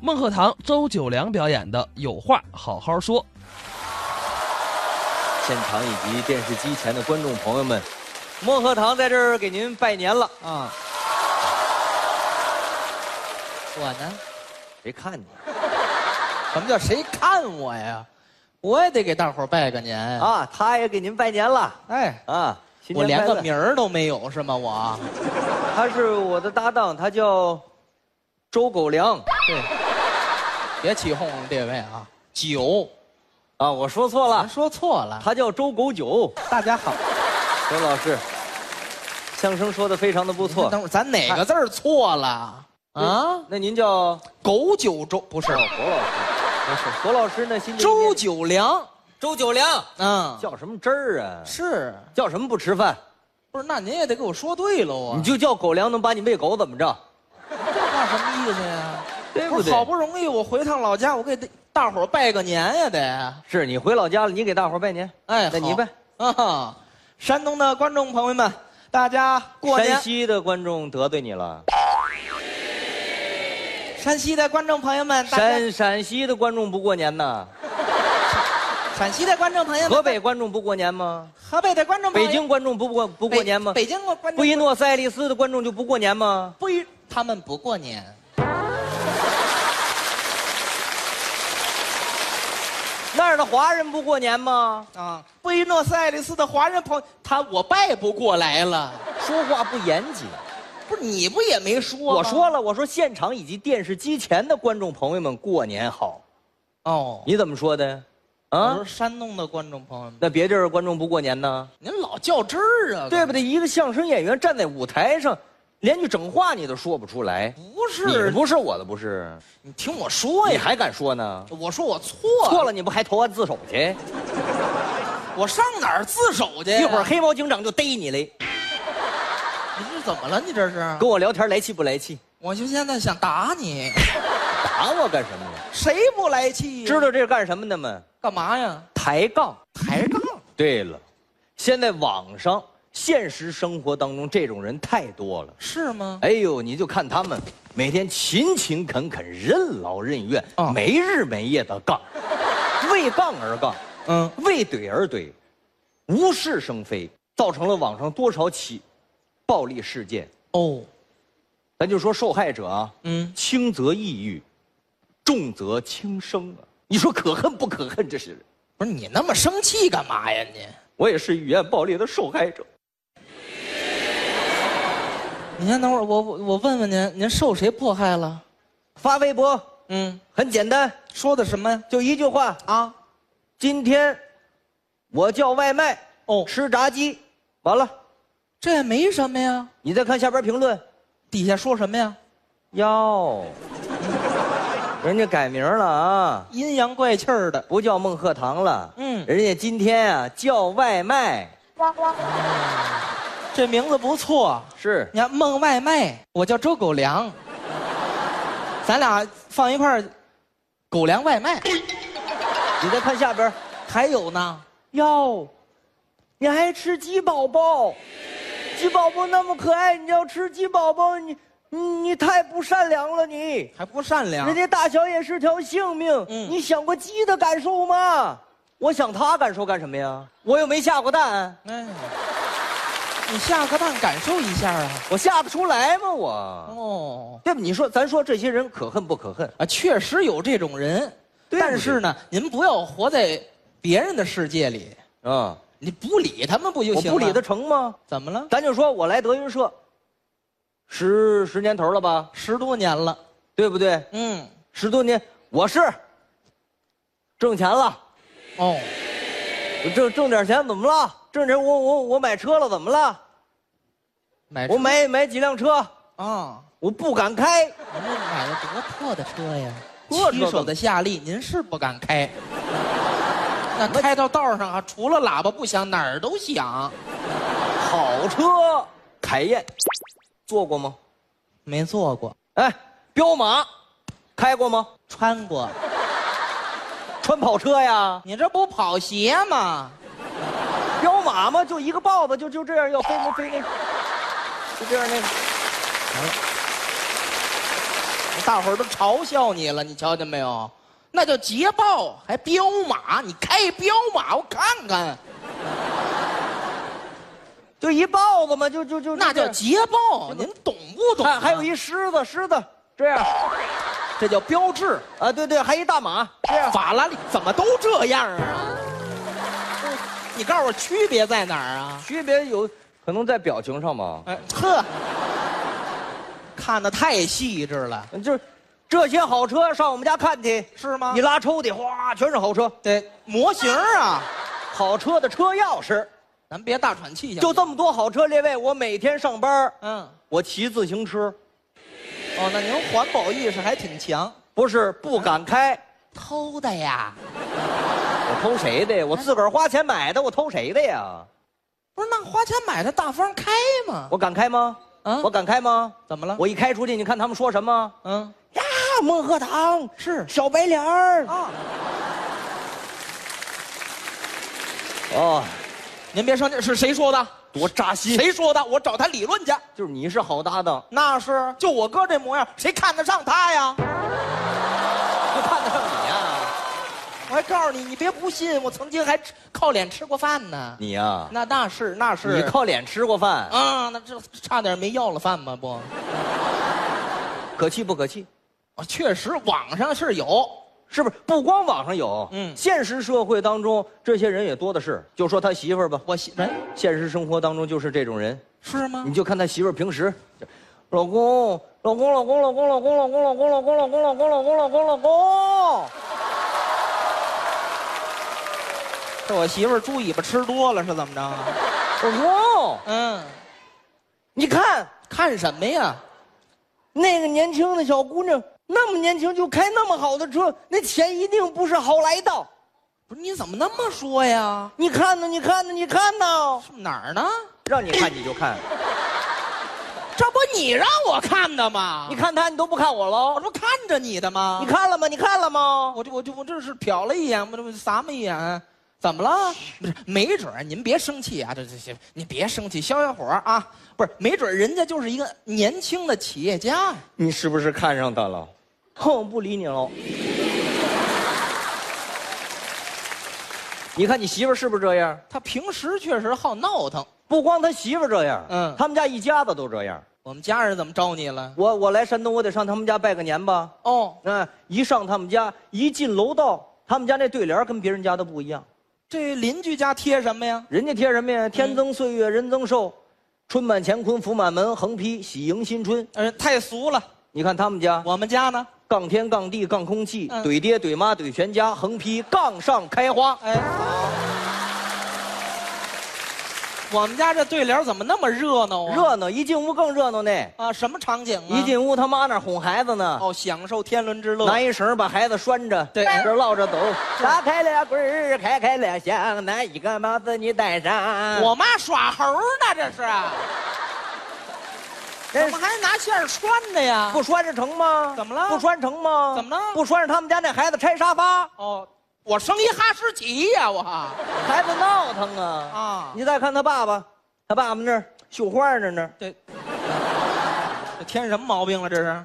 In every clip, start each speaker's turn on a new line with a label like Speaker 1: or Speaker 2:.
Speaker 1: 孟鹤堂、周九良表演的《有话好好说》。
Speaker 2: 现场以及电视机前的观众朋友们，孟鹤堂在这儿给您拜年了。
Speaker 3: 啊，我呢？
Speaker 2: 谁看你
Speaker 3: 什么叫谁看我呀？我也得给大伙儿拜个年啊！
Speaker 2: 啊？他也给您拜年了
Speaker 3: 哎，
Speaker 2: 啊！新
Speaker 3: 我
Speaker 2: 年
Speaker 3: 连
Speaker 2: 快
Speaker 3: 个
Speaker 2: 乐
Speaker 3: 名儿都没有是吗？我，
Speaker 2: 他是我的搭档，他叫周狗粮
Speaker 3: 对，别起哄了，这位啊，九，
Speaker 2: 啊，我说错了
Speaker 3: 咱，说错了。
Speaker 2: 他叫周狗九。
Speaker 3: 大家好，
Speaker 2: 周老师，相声说的非常的不错嗯
Speaker 3: 等会儿咱哪个字儿错了啊？
Speaker 2: 那您叫
Speaker 3: 狗九周不是
Speaker 2: 哦，侯老师，不是侯老师那新
Speaker 3: 周九良，
Speaker 2: 周九良
Speaker 3: 嗯，
Speaker 2: 叫什么汁儿啊？
Speaker 3: 是
Speaker 2: 叫什么不吃饭？
Speaker 3: 不是？那您也得给我说对喽啊！
Speaker 2: 你就叫狗粮能把你喂狗怎么着？
Speaker 3: 这话什么意思呀？
Speaker 2: 对不
Speaker 3: 不是
Speaker 2: 对？
Speaker 3: 好不容易我回趟老家，我给大伙儿拜个年呀，得。
Speaker 2: 是你回老家了，你给大伙儿拜年。
Speaker 3: 哎，
Speaker 2: 那你
Speaker 3: 好
Speaker 2: 呗。
Speaker 3: 啊！山东的观众朋友们，大家过年
Speaker 2: 山！西的观众得罪你了，
Speaker 3: 山西的观众朋友们，大家
Speaker 2: 陕陕西的观众不过年呐，
Speaker 3: 陕西的观众朋友们，
Speaker 2: 河北观众不过年吗？
Speaker 3: 河北的观众朋
Speaker 2: 北
Speaker 3: 友，
Speaker 2: 京观众不过不
Speaker 3: 不
Speaker 2: 过年吗？
Speaker 3: 北京的观众
Speaker 2: 布宜诺斯艾利斯的观众就不过年吗？
Speaker 3: 不一，他们不过年。
Speaker 2: 那儿的华人不过年吗？
Speaker 3: 啊，布宜诺斯艾利斯的华人朋友，他我拜不过来了。
Speaker 2: 说话不严谨。
Speaker 3: 不是你不也没说吗？
Speaker 2: 我说了，我说现场以及电视机前的观众朋友们，过年好。
Speaker 3: 哦，
Speaker 2: 你怎么说的？
Speaker 3: 我
Speaker 2: 啊
Speaker 3: 说？山东的观众朋友们，
Speaker 2: 那别地儿观众不过年呢，
Speaker 3: 您老较真儿啊，
Speaker 2: 对不？对？一个相声演员站在舞台上，连句整话你都说不出来。
Speaker 3: 不
Speaker 2: 你的
Speaker 3: 是，
Speaker 2: 不是我的不是，
Speaker 3: 你听我说
Speaker 2: 你
Speaker 3: 呀，
Speaker 2: 还敢说呢？
Speaker 3: 我说我错
Speaker 2: 错了，你不还投案自首去？
Speaker 3: 我上哪儿自首去呀？
Speaker 2: 一会儿黑猫警长就逮你嘞！
Speaker 3: 你是怎么了？你这是？
Speaker 2: 跟我聊天来气不来气？
Speaker 3: 我就现在想打 你，
Speaker 2: 打我干什么呀？
Speaker 3: 谁不来气呀？
Speaker 2: 知道这是干什么的吗？
Speaker 3: 干嘛呀？
Speaker 2: 抬杠。
Speaker 3: 抬杠。
Speaker 2: 对了，现在网上、现实生活当中这种人太多了。
Speaker 3: 是吗？
Speaker 2: 哎呦，你就看他们每天勤勤恳恳、任劳任怨，
Speaker 3: 啊
Speaker 2: 没日没夜的杠，为杠而杠，
Speaker 3: 嗯，
Speaker 2: 为怼而怼，无事生非，造成了网上多少起暴力事件。
Speaker 3: 哦，
Speaker 2: 咱就说受害者啊，
Speaker 3: 嗯，
Speaker 2: 轻则抑郁，重则轻生啊。你说可恨不可恨？这些人，
Speaker 3: 不是你那么生气干嘛呀你？
Speaker 2: 我也是语言暴力的受害者。
Speaker 3: 你先等会儿，我我我问问您，您受谁迫害了？
Speaker 2: 发微博
Speaker 3: 嗯，
Speaker 2: 很简单，
Speaker 3: 说的什么呀？
Speaker 2: 就一句话：
Speaker 3: 啊，
Speaker 2: 今天我叫外卖，
Speaker 3: 哦
Speaker 2: 吃炸鸡，完了。
Speaker 3: 这也没什么呀。
Speaker 2: 你再看下边评论，
Speaker 3: 底下说什么呀？
Speaker 2: 哟，人家改名了啊，
Speaker 3: 阴阳怪气儿的。
Speaker 2: 不叫孟鹤堂了，
Speaker 3: 嗯
Speaker 2: 人家今天啊叫外卖，
Speaker 3: 这名字不错。
Speaker 2: 是
Speaker 3: 你看孟外卖，我叫周狗粮， 咱俩放一块儿，狗粮外卖。
Speaker 2: 你再看下边，
Speaker 3: 还有呢，
Speaker 2: 哟，你还吃鸡宝宝，鸡宝宝那么可爱，你要吃鸡宝宝，你你你太不善良了你，
Speaker 3: 还不善良
Speaker 2: 人家大小也是条性命，
Speaker 3: 嗯
Speaker 2: 你想过鸡的感受吗？我想他感受干什么呀？我又没下过蛋，
Speaker 3: 哎，你下个蛋感受一下啊。
Speaker 2: 我下得出来吗我？
Speaker 3: 哦，
Speaker 2: 对吧？你说，咱说这些人可恨不可恨？
Speaker 3: 啊，确实有这种人，
Speaker 2: 对
Speaker 3: 但是呢，您不要活在别人的世界里，
Speaker 2: 啊，
Speaker 3: 你不理他们不就
Speaker 2: 我
Speaker 3: 行了？
Speaker 2: 不理得，成吗？
Speaker 3: 怎么了？
Speaker 2: 咱就说我来德云社，十十年头了吧，
Speaker 3: 十多年了，
Speaker 2: 对不对？
Speaker 3: 嗯，
Speaker 2: 十多年，我是挣钱了，
Speaker 3: 哦，
Speaker 2: 挣挣点钱怎么了？挣点我我我买车了怎么了？
Speaker 3: 买车
Speaker 2: 我买买几辆车，
Speaker 3: 啊，
Speaker 2: 我不敢开，
Speaker 3: 您这买的多破的车呀，
Speaker 2: 破车
Speaker 3: 七手的夏利，您是不 敢开。那开到道上啊，除了喇叭不响，哪儿都响。
Speaker 2: 好车，凯宴，坐过吗？
Speaker 3: 没坐过，
Speaker 2: 哎，彪马，开过吗？
Speaker 3: 穿过，
Speaker 2: 穿跑车呀？
Speaker 3: 你这不跑鞋吗？
Speaker 2: 彪马嘛，就一个豹子，就就这样要飞没飞那个，就这样那个。
Speaker 3: 大伙儿都嘲笑你了，你瞧见没有？那叫捷豹，还彪马，你开彪马，我看看，
Speaker 2: 就一豹子嘛，就就就
Speaker 3: 那叫
Speaker 2: 鸡。
Speaker 3: 捷豹，您懂不懂啊、
Speaker 2: 看，还有一狮子，狮子这样
Speaker 3: 这叫标志，
Speaker 2: 啊，对对，还一大马这样。
Speaker 3: 法拉利怎么都这样啊？你告诉我区别在哪儿啊？
Speaker 2: 区别有可能在表情上吧，
Speaker 3: 哎，呵，看的太细致了，
Speaker 2: 嗯就是这些好车上我们家看去，
Speaker 3: 是吗
Speaker 2: 一拉抽屉，哗，全是好车，
Speaker 3: 对，模型啊，
Speaker 2: 好车的车钥匙，
Speaker 3: 咱别大喘气，
Speaker 2: 就这么多好车。列位，我每天上班，
Speaker 3: 嗯，
Speaker 2: 我骑自行车，
Speaker 3: 哦，那您环保意识还挺强，
Speaker 2: 不是不敢开，
Speaker 3: 偷的呀？
Speaker 2: 我偷谁的呀？我自个儿花钱买的，我偷谁的呀？
Speaker 3: 不是，那花钱买的大方开嘛？
Speaker 2: 我敢开吗？
Speaker 3: 啊
Speaker 2: 我敢开吗？
Speaker 3: 怎么了？
Speaker 2: 我一开出去，你看他们说什么？
Speaker 3: 嗯，
Speaker 2: 呀，孟鹤堂
Speaker 3: 是
Speaker 2: 小白脸儿
Speaker 3: 啊，
Speaker 2: 哦，
Speaker 3: 您别生气，是谁说的？
Speaker 2: 多扎心！
Speaker 3: 谁说的？我找他理论去。
Speaker 2: 就是你是好搭档，
Speaker 3: 那是，就我哥这模样，谁看得上他呀？
Speaker 2: 就看得上你啊呀、
Speaker 3: 我还告诉你，你别不信，我曾经还吃靠脸吃过饭呢。
Speaker 2: 你呀、
Speaker 3: 那那是那是，
Speaker 2: 你靠脸吃过饭，
Speaker 3: 啊，那这差点没要了饭吧？不，
Speaker 2: 可气不可气？
Speaker 3: 啊确实网上是有，
Speaker 2: 是不是？不光网上有，
Speaker 3: 嗯
Speaker 2: 现实社会当中这些人也多的是。就说他媳妇儿吧，
Speaker 3: 我媳人哎
Speaker 2: 现实生活当中就是这种人。
Speaker 3: 是吗
Speaker 2: 你？就看他媳妇儿平时，老公，老公，老公，老公，老公，老公，老公，老公，老公，老公，老公，老公，老公。
Speaker 3: 这我媳妇儿猪尾巴吃多了是怎么着啊？
Speaker 2: 老公，
Speaker 3: 嗯，
Speaker 2: 你看
Speaker 3: 看什么呀？
Speaker 2: 那个年轻的小姑娘，那么年轻就开那么好的车，那钱一定不是好来的。
Speaker 3: 不是你怎么那么说呀？
Speaker 2: 你看呢？你看呢？你看呢？
Speaker 3: 是哪儿呢？
Speaker 2: 让你看你就看，
Speaker 3: 这不你让我看的吗？
Speaker 2: 你看他你都不看我
Speaker 3: 我
Speaker 2: 了。
Speaker 3: 这不看着你的吗？
Speaker 2: 你，看了吗？你看了吗？
Speaker 3: 我就我就我这是瞟了一眼，我这我撒么一眼，怎么了？不是，没准儿您别生气啊，这这这，您别生气，消消火啊。不是，没准儿人家就是一个年轻的企业家。
Speaker 2: 你是不是看上他了？哼，不理你了。你看你媳妇儿是不是这样？
Speaker 3: 他平时确实好闹腾。
Speaker 2: 不光他媳妇儿这样，
Speaker 3: 嗯
Speaker 2: 他们家一家子都这样。
Speaker 3: 我们家人怎么招你了？
Speaker 2: 我我来山东，我得上他们家拜个年吧。
Speaker 3: 哦，
Speaker 2: 嗯，一上他们家，一进楼道，他们家那对联儿跟别人家的不一样。
Speaker 3: 这邻居家贴什么呀？
Speaker 2: 人家贴什么呀？天增岁月人增
Speaker 3: 嗯
Speaker 2: 寿，春满乾坤福满门，横批喜迎新春。
Speaker 3: 呃，太俗了。
Speaker 2: 你看他们家
Speaker 3: 我们家呢？
Speaker 2: 杠天杠地杠空气，
Speaker 3: 嗯
Speaker 2: 怼爹怼妈怼全家，横批杠上开花。
Speaker 3: 哎，好。我们家这对联怎么那么热闹啊？
Speaker 2: 热闹，一进屋更热闹呢。
Speaker 3: 啊，什么场景啊？
Speaker 2: 一进屋，他妈那儿哄孩子呢，
Speaker 3: 哦，享受天伦之乐。
Speaker 2: 拿一绳儿把孩子拴着，
Speaker 3: 对
Speaker 2: 这落着走。打开了柜儿，开开了箱，拿一个帽子你戴上。
Speaker 3: 我妈耍猴呢，这是？
Speaker 2: 这
Speaker 3: 怎么还拿线儿穿的呀？
Speaker 2: 不拴着成吗？
Speaker 3: 怎么了
Speaker 2: 不拴成吗？
Speaker 3: 怎么了
Speaker 2: 不拴着他们家那孩子拆沙发，
Speaker 3: 哦，我生一哈士奇呀、我。
Speaker 2: 孩子闹腾啊！
Speaker 3: 啊，
Speaker 2: 你再看他爸爸，他爸爸那儿绣花呢那儿。
Speaker 3: 这这添什么毛病了？这是？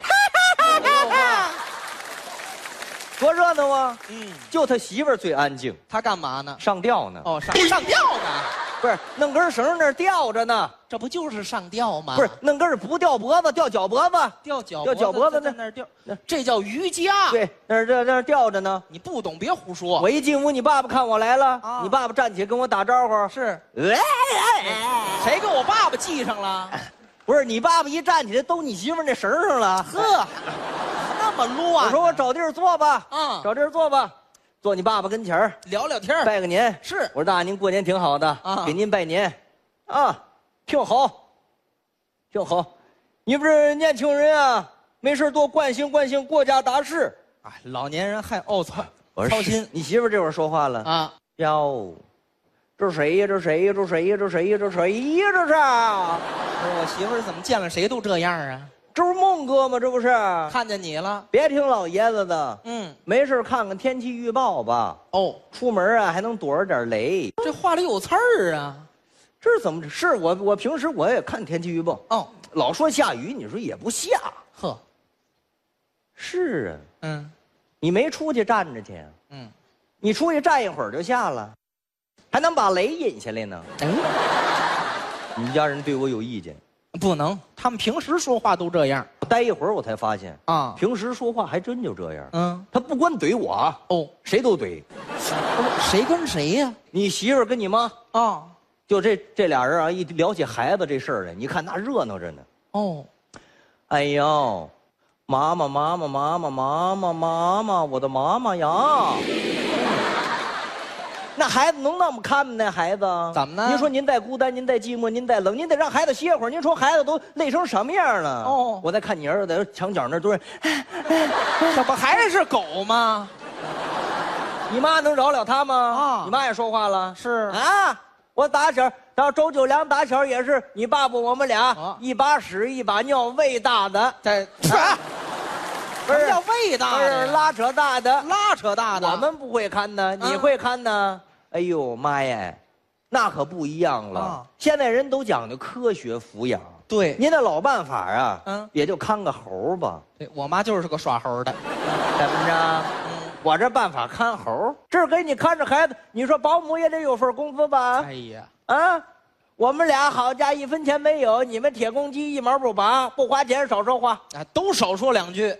Speaker 2: 多热闹啊！
Speaker 3: 嗯，
Speaker 2: 就他媳妇儿最安静，
Speaker 3: 他干嘛呢？
Speaker 2: 上吊呢，
Speaker 3: 哦，上上吊呢？
Speaker 2: 不是弄根绳儿那儿吊着呢，
Speaker 3: 这不就是上吊吗？
Speaker 2: 不是弄根儿不吊脖子，吊脚脖子。
Speaker 3: 吊脚
Speaker 2: 吊脚脖子
Speaker 3: 在
Speaker 2: 那
Speaker 3: 那儿吊
Speaker 2: 那，
Speaker 3: 这叫瑜伽。，
Speaker 2: 对，那儿这那儿吊着呢。
Speaker 3: 你不懂别胡说。
Speaker 2: 我一进屋，你爸爸看我来了，
Speaker 3: 啊
Speaker 2: 你爸爸站起来跟我打招呼。
Speaker 3: 是
Speaker 2: 哎哎哎
Speaker 3: 谁给我爸爸系上 了？
Speaker 2: 不是你爸爸一站起来兜你媳妇儿那绳儿上了。
Speaker 3: 呵，那么乱。
Speaker 2: 我说我找地儿坐吧，
Speaker 3: 嗯
Speaker 2: 找地儿坐吧，坐你爸爸跟前儿
Speaker 3: 聊聊天儿
Speaker 2: 拜个年。
Speaker 3: 是
Speaker 2: 我说大爷您过年挺好的，
Speaker 3: 啊
Speaker 2: 给您拜年，啊，挺好，挺好。你不是年轻人啊，没事多关心关心国家大事。
Speaker 3: 啊，老年人还哦操，操心
Speaker 2: 你媳妇儿这会儿说话了，
Speaker 3: 啊，
Speaker 2: 哟，这是谁呀？这是谁呀？这是谁呀？这是谁呀？这是谁呀？这是啊，
Speaker 3: 不是我媳妇儿怎么见了谁都这样啊？
Speaker 2: 这不是孟哥吗？这不是？
Speaker 3: 看见你了，
Speaker 2: 别听老爷子的，
Speaker 3: 嗯，
Speaker 2: 没事看看天气预报吧。
Speaker 3: 哦，
Speaker 2: 出门啊，还能躲着点雷。
Speaker 3: 这话里有刺儿啊，
Speaker 2: 这是怎么？是我我平时我也看天气预报，
Speaker 3: 哦，
Speaker 2: 老说下雨，你说也不下，
Speaker 3: 呵，
Speaker 2: 是啊，
Speaker 3: 嗯
Speaker 2: 你没出去站着去，啊
Speaker 3: 嗯，
Speaker 2: 你出去站一会儿就下了，还能把雷引下来呢。
Speaker 3: 哎，
Speaker 2: 你们家人对我有意见，
Speaker 3: 不能，他们平时说话都这样
Speaker 2: 我待一会儿我才发现，
Speaker 3: 啊。
Speaker 2: 平时说话还真就这样。
Speaker 3: 嗯，
Speaker 2: 他不光怼我啊，
Speaker 3: 哦，
Speaker 2: 谁都怼。
Speaker 3: 不是谁跟谁呀、
Speaker 2: 你媳妇儿跟你妈，
Speaker 3: 哦
Speaker 2: 就这这俩人啊，一聊起孩子这事儿来，啊你看那热闹着呢。
Speaker 3: 哦，
Speaker 2: 哎呦，妈妈妈妈妈妈妈妈妈妈，我的妈妈呀！ 那孩子能那么看吗？那孩子
Speaker 3: 怎么呢
Speaker 2: 您说您再孤单，您再寂寞，您再冷，您得让孩子歇会儿。您说孩子都累成什么样了？
Speaker 3: 哦
Speaker 2: 我再看你儿子在墙角那儿 蹲着，
Speaker 3: 这不还是狗吗？
Speaker 2: 你妈能饶了他吗？
Speaker 3: 啊
Speaker 2: 你妈也说话了，
Speaker 3: 是
Speaker 2: 啊。我打小到周九良打小也是你爸爸我们俩、
Speaker 3: 啊
Speaker 2: 一把屎一把尿喂大的，
Speaker 3: 这
Speaker 2: 啊
Speaker 3: 什么叫喂
Speaker 2: 不
Speaker 3: 大
Speaker 2: 是
Speaker 3: 的呀？
Speaker 2: 拉扯大的，
Speaker 3: 拉扯大嗯的。
Speaker 2: 我们不会看呢，你会看呢？哎呦妈呀，那可不一样了。
Speaker 3: 啊
Speaker 2: 现在人都讲究科学抚养，
Speaker 3: 对，
Speaker 2: 您那老办法啊，
Speaker 3: 嗯
Speaker 2: 也就看个猴儿吧，
Speaker 3: 对我妈就是个耍猴
Speaker 2: 啊
Speaker 3: 的。
Speaker 2: 怎么着？嗯我这办法看猴儿，这儿给你看着孩子，你说保姆也得有份工资吧？
Speaker 3: 哎呀，
Speaker 2: 啊，我们俩好家一分钱没有，你们铁公鸡一毛不拔，不花钱少说话，
Speaker 3: 啊，都少说两句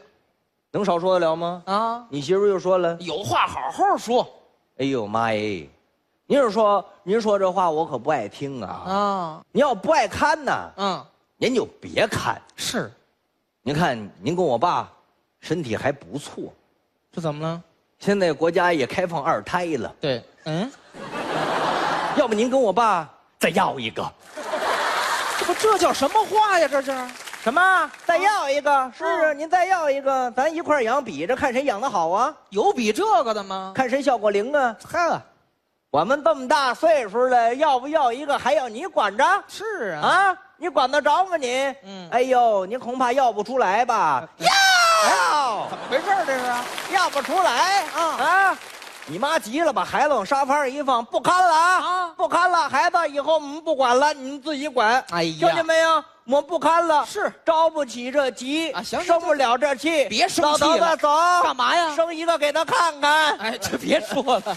Speaker 2: 能少说得了吗？
Speaker 3: 啊，
Speaker 2: 你媳妇儿又说了，
Speaker 3: 有话好好说
Speaker 2: 哎呦妈耶，您是说您说这话我可不爱听啊
Speaker 3: 啊。
Speaker 2: 您要不爱看呢，
Speaker 3: 嗯，
Speaker 2: 您就别看。
Speaker 3: 是，
Speaker 2: 您看，您跟我爸身体还不错，
Speaker 3: 这怎么了？
Speaker 2: 现在国家也开放二胎了，
Speaker 3: 对，嗯，
Speaker 2: 要不您跟我爸再要一个？
Speaker 3: 这不这叫什么话呀？这是
Speaker 2: 什么？再要一个？
Speaker 3: 嗯
Speaker 2: 是啊，您再要一个，咱一块儿养，比着看谁养得好啊，
Speaker 3: 有比这个的吗？
Speaker 2: 看谁效果灵啊。
Speaker 3: 呵，
Speaker 2: 我们这么大岁数了，要不要一个还要你管着
Speaker 3: 是啊，
Speaker 2: 啊？你管得着吗你？
Speaker 3: 嗯
Speaker 2: 哎呦，您恐怕要不出来吧？要。
Speaker 3: 怎么回事儿这是？
Speaker 2: 要不出来啊
Speaker 3: 啊
Speaker 2: 啊！你妈急了，把孩子往沙发上一放，不看了啊，
Speaker 3: 啊
Speaker 2: 不看了，孩子以后我们不管了，你们自己管。
Speaker 3: 哎
Speaker 2: 听见
Speaker 3: 呀，
Speaker 2: 没有？我们不看了，
Speaker 3: 是
Speaker 2: 着不起这急
Speaker 3: 啊行行
Speaker 2: 生不了这气，
Speaker 3: 别生气了
Speaker 2: 老头子走，
Speaker 3: 干嘛呀？
Speaker 2: 生一个给他看看。
Speaker 3: 哎，这别说了，